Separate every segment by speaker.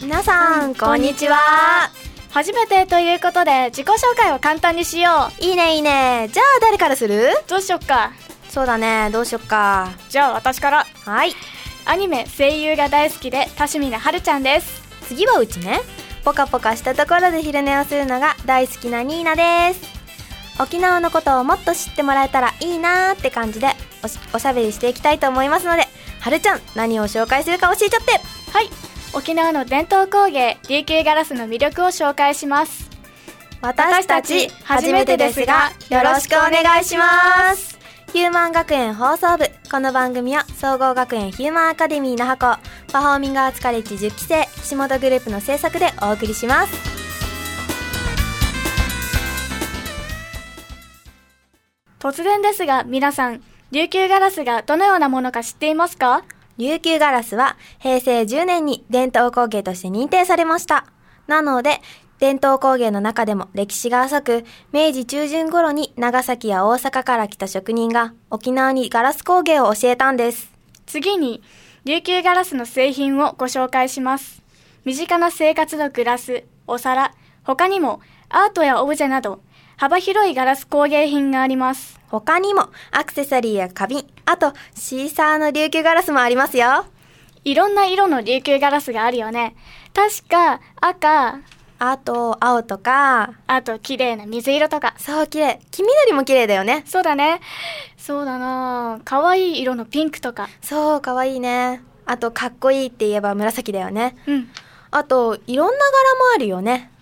Speaker 1: 皆さんこんにちは
Speaker 2: 初めてということで自己紹介を簡単にしよ
Speaker 1: いいねいいねじゃあ誰からする
Speaker 2: うどうしよっか
Speaker 1: そうだねどうしよっか
Speaker 2: じゃあ私から
Speaker 1: はい
Speaker 2: アニメ声優が大好きで多趣味なはるちゃんです
Speaker 1: 次はうちねポカポカしたところで昼寝をするのが大好きなニーナです沖縄のことをもっと知ってもらえたらいいなーって感じでおしおしゃべりしていきたいと思いますのではるちゃん何を紹介するか教えちゃって
Speaker 2: はい沖縄の伝統工芸 DQ ガラスの魅力を紹介します
Speaker 1: 私たち初めてですがよろしくお願いしますヒューマン学園放送部この番組は総合学園ヒューマンアカデミーの箱パフォーミングアーツカレッジ10期生岸本グループの制作でお送りします
Speaker 2: 突然ですが皆さん琉球ガラスがどのようなものか知っていますか
Speaker 1: 琉球ガラスは平成10年に伝統工芸として認定されましたなので伝統工芸の中でも歴史が浅く明治中旬頃に長崎や大阪から来た職人が沖縄にガラス工芸を教えたんです
Speaker 2: 次に琉球ガラスの製品をご紹介します身近な生活のグラスお皿他にもアートやオブジェなど幅広いガラス工芸品があります
Speaker 1: 他にもアクセサリーや花瓶、あとシーサーの琉球ガラスもありますよ。
Speaker 2: いろんな色の琉球ガラスがあるよね確か赤
Speaker 1: あと青とか、
Speaker 2: あと綺麗な水色とか
Speaker 1: そう綺麗。黄緑も綺麗だよね。
Speaker 2: そうだねそうだな可愛い色のピンクとか
Speaker 1: そう、かわいいね。あとかっこいいって言えば紫だよね。
Speaker 2: うん
Speaker 1: あといろんな柄もあるよね。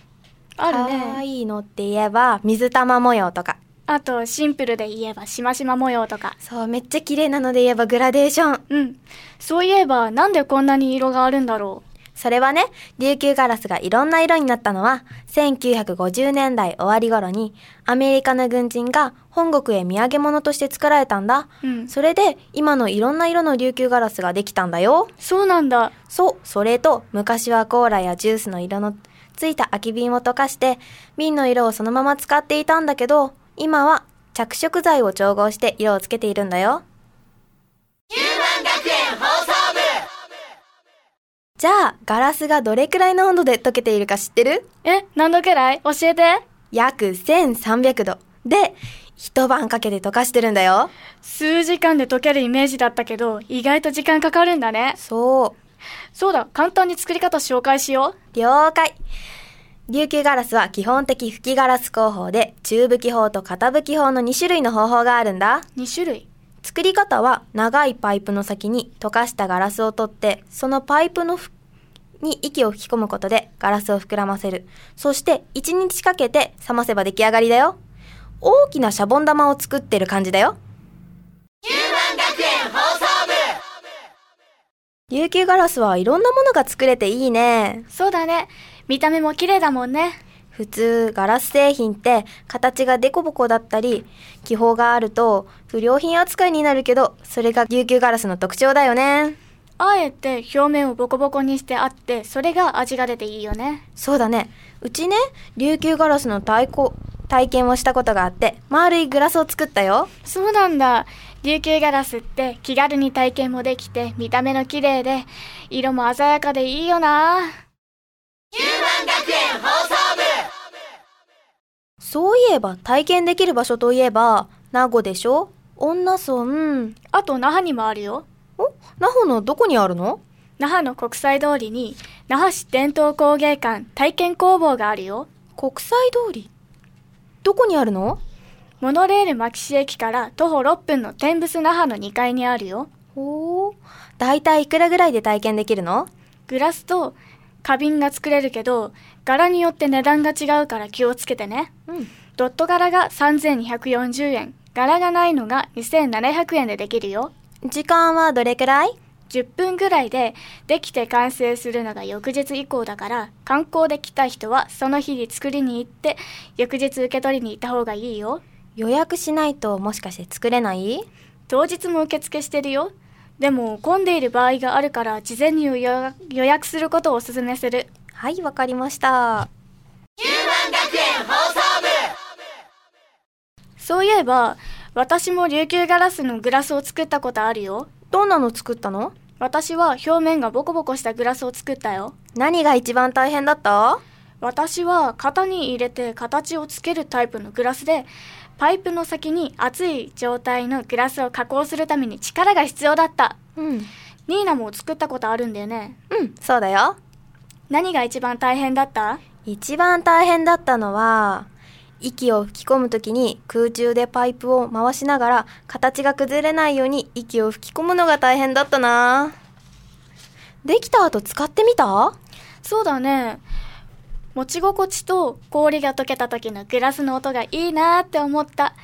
Speaker 2: ある
Speaker 1: かわ
Speaker 2: ね
Speaker 1: いいのって言えば水玉模様とか。
Speaker 2: あとシンプルで言えばしましま模様とか
Speaker 1: そう、めっちゃ綺麗なので言えばグラデーション。
Speaker 2: うんそういえばなんでこんなに色があるんだろ
Speaker 1: それはね、琉球ガラスがいろんな色になったのは、1950年代終わり頃に、アメリカの軍人が本国へ土産物として作られたんだ。
Speaker 2: ううん
Speaker 1: それで今のいろんな色の琉球ガラスができたんだよ。
Speaker 2: そうなんだ
Speaker 1: そう、それと昔はコーラやジュースの色のついた空き瓶を溶かして瓶の色をそのまま使っていたんだけど、今は着色剤を調合して色をつけているんだよ。ヒューマン学園放送部じゃあ、ガラスがどれくらいの温度で溶けているか知ってる
Speaker 2: え何度くらい教えて
Speaker 1: 約1300度。で、一晩かけて溶かしてるんだよ。
Speaker 2: 数時間で溶けるイメージだったけど意外と時間かかるんだね
Speaker 1: そう。
Speaker 2: そうだ簡単に作り方紹介しよ
Speaker 1: 了解琉球ガラスは基本的吹きガラス工法で中吹き法と片吹き法の2種類の方法があるんだ
Speaker 2: う2種類
Speaker 1: 作り方は長いパイプの先に溶かしたガラスを取ってそのパイプのふに息を吹き込むことでガラスを膨らませるそして1日かけて冷ませば出来上がりだよ大きなシャボン玉を作ってる感じだよ琉球ガラスはいろんなものが作れていいね
Speaker 2: そうだね見た目も綺麗だもんね
Speaker 1: 普通ガラス製品って形がデコボコだったり気泡があると不良品扱いになるけどそれが琉球ガラスの特徴だよね
Speaker 2: あえて表面をボコボコにしてあってそれが味が出ていいよね
Speaker 1: そうだねうちね琉球ガラスの体こ体験をしたことがあって丸いグラスを作ったよ
Speaker 2: そうなんだ琉球ガラスって気軽に体験もできて見た目の綺麗で色も鮮やかでいいよな
Speaker 1: そういえば体験できる場所といえば名護でしょ女村
Speaker 2: あと那覇にもあるよ
Speaker 1: お那覇のどこにあるの
Speaker 2: 那覇の国際通りに那覇市伝統工芸館体験工房があるよ
Speaker 1: 国際通りどこにあるの
Speaker 2: モノレール牧師駅から徒歩6分の天仏那覇の2階にあるよ
Speaker 1: ほうだいたいいくらぐらいで体験できるの
Speaker 2: グラスと花瓶が作れるけど柄によって値段が違うから気をつけてね
Speaker 1: うん
Speaker 2: ドット柄が3240円柄がないのが2700円でできるよ
Speaker 1: 時間はどれくらい
Speaker 2: 10分ぐらいでできて完成するのが翌日以降だから観光で来た人はその日に作りに行って翌日受け取りに行った方がいいよ
Speaker 1: 予約しないともしかして作れない
Speaker 2: 当日も受付してるよでも混んでいる場合があるから事前に予約予約することをおすすめする
Speaker 1: はいわかりました
Speaker 2: そういえば私も琉球ガラスのグラスを作ったことあるよ
Speaker 1: どんなの作ったの
Speaker 2: 私は表面がボコボコしたグラスを作ったよ。
Speaker 1: 何が一番大変だった
Speaker 2: 私は型に入れて形をつけるタイプのグラスでパイプの先に熱い状態のグラスを加工するために力が必要だった
Speaker 1: うん。
Speaker 2: ニーナも作ったことあるんだよね
Speaker 1: うん、そうだよ。
Speaker 2: 何が一番大変だった
Speaker 1: 一番大変だったのは、息を吹き込むときに空中でパイプを回しながら形が崩れないように息を吹き込むのが大変だったな。できた後使ってみた
Speaker 2: そうだね持ち心地と氷が溶けた時のグラスの音がいいなーって思った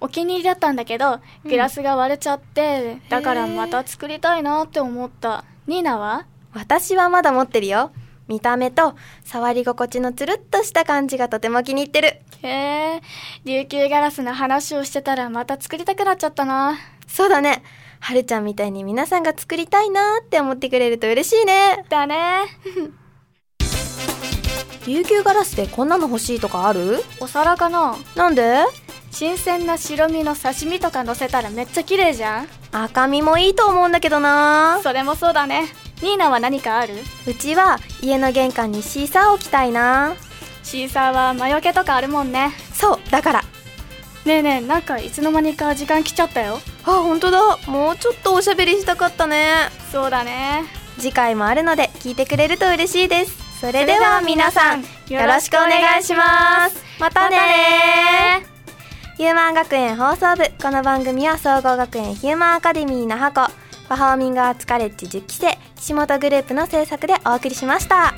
Speaker 2: お気に入りだったんだけどグラスが割れちゃって、だからまた作りたいなーって思ったニーナは
Speaker 1: 私はまだ持ってるよ。見た目と触り心地のつるっとした感じがとても気に入ってる。
Speaker 2: へえ琉球ガラスの話をしてたらまた作りたくなっちゃったな
Speaker 1: そうだね。はるちゃんみたいに皆さんが作りたいなーって思ってくれると嬉しいね。
Speaker 2: だね
Speaker 1: 琉球ガラスでこんなの欲しいとかある
Speaker 2: お皿かな
Speaker 1: なんで
Speaker 2: 新鮮な白身の刺身とか乗せたらめっちゃ綺麗じゃん
Speaker 1: 赤身もいいと思うんだけどな
Speaker 2: それもそうだねニーナは何かある
Speaker 1: うちは家の玄関にシーサー置きたいな
Speaker 2: シーサーは魔除けとかあるもんね
Speaker 1: そうだから
Speaker 2: ねえねえなんかいつの間にか時間来ちゃったよ
Speaker 1: あ本当だもうちょっとおしゃべりしたかったね
Speaker 2: そうだね
Speaker 1: 次回もあるので聞いてくれると嬉しいですそれでは皆さんよろしくお願いしますまたね
Speaker 2: またね
Speaker 1: ヒューマン学園放送部この番組は総合学園ヒューマンアカデミー那覇校パフォーミングアーツカレッジ10期生岸本グループの制作でお送りしました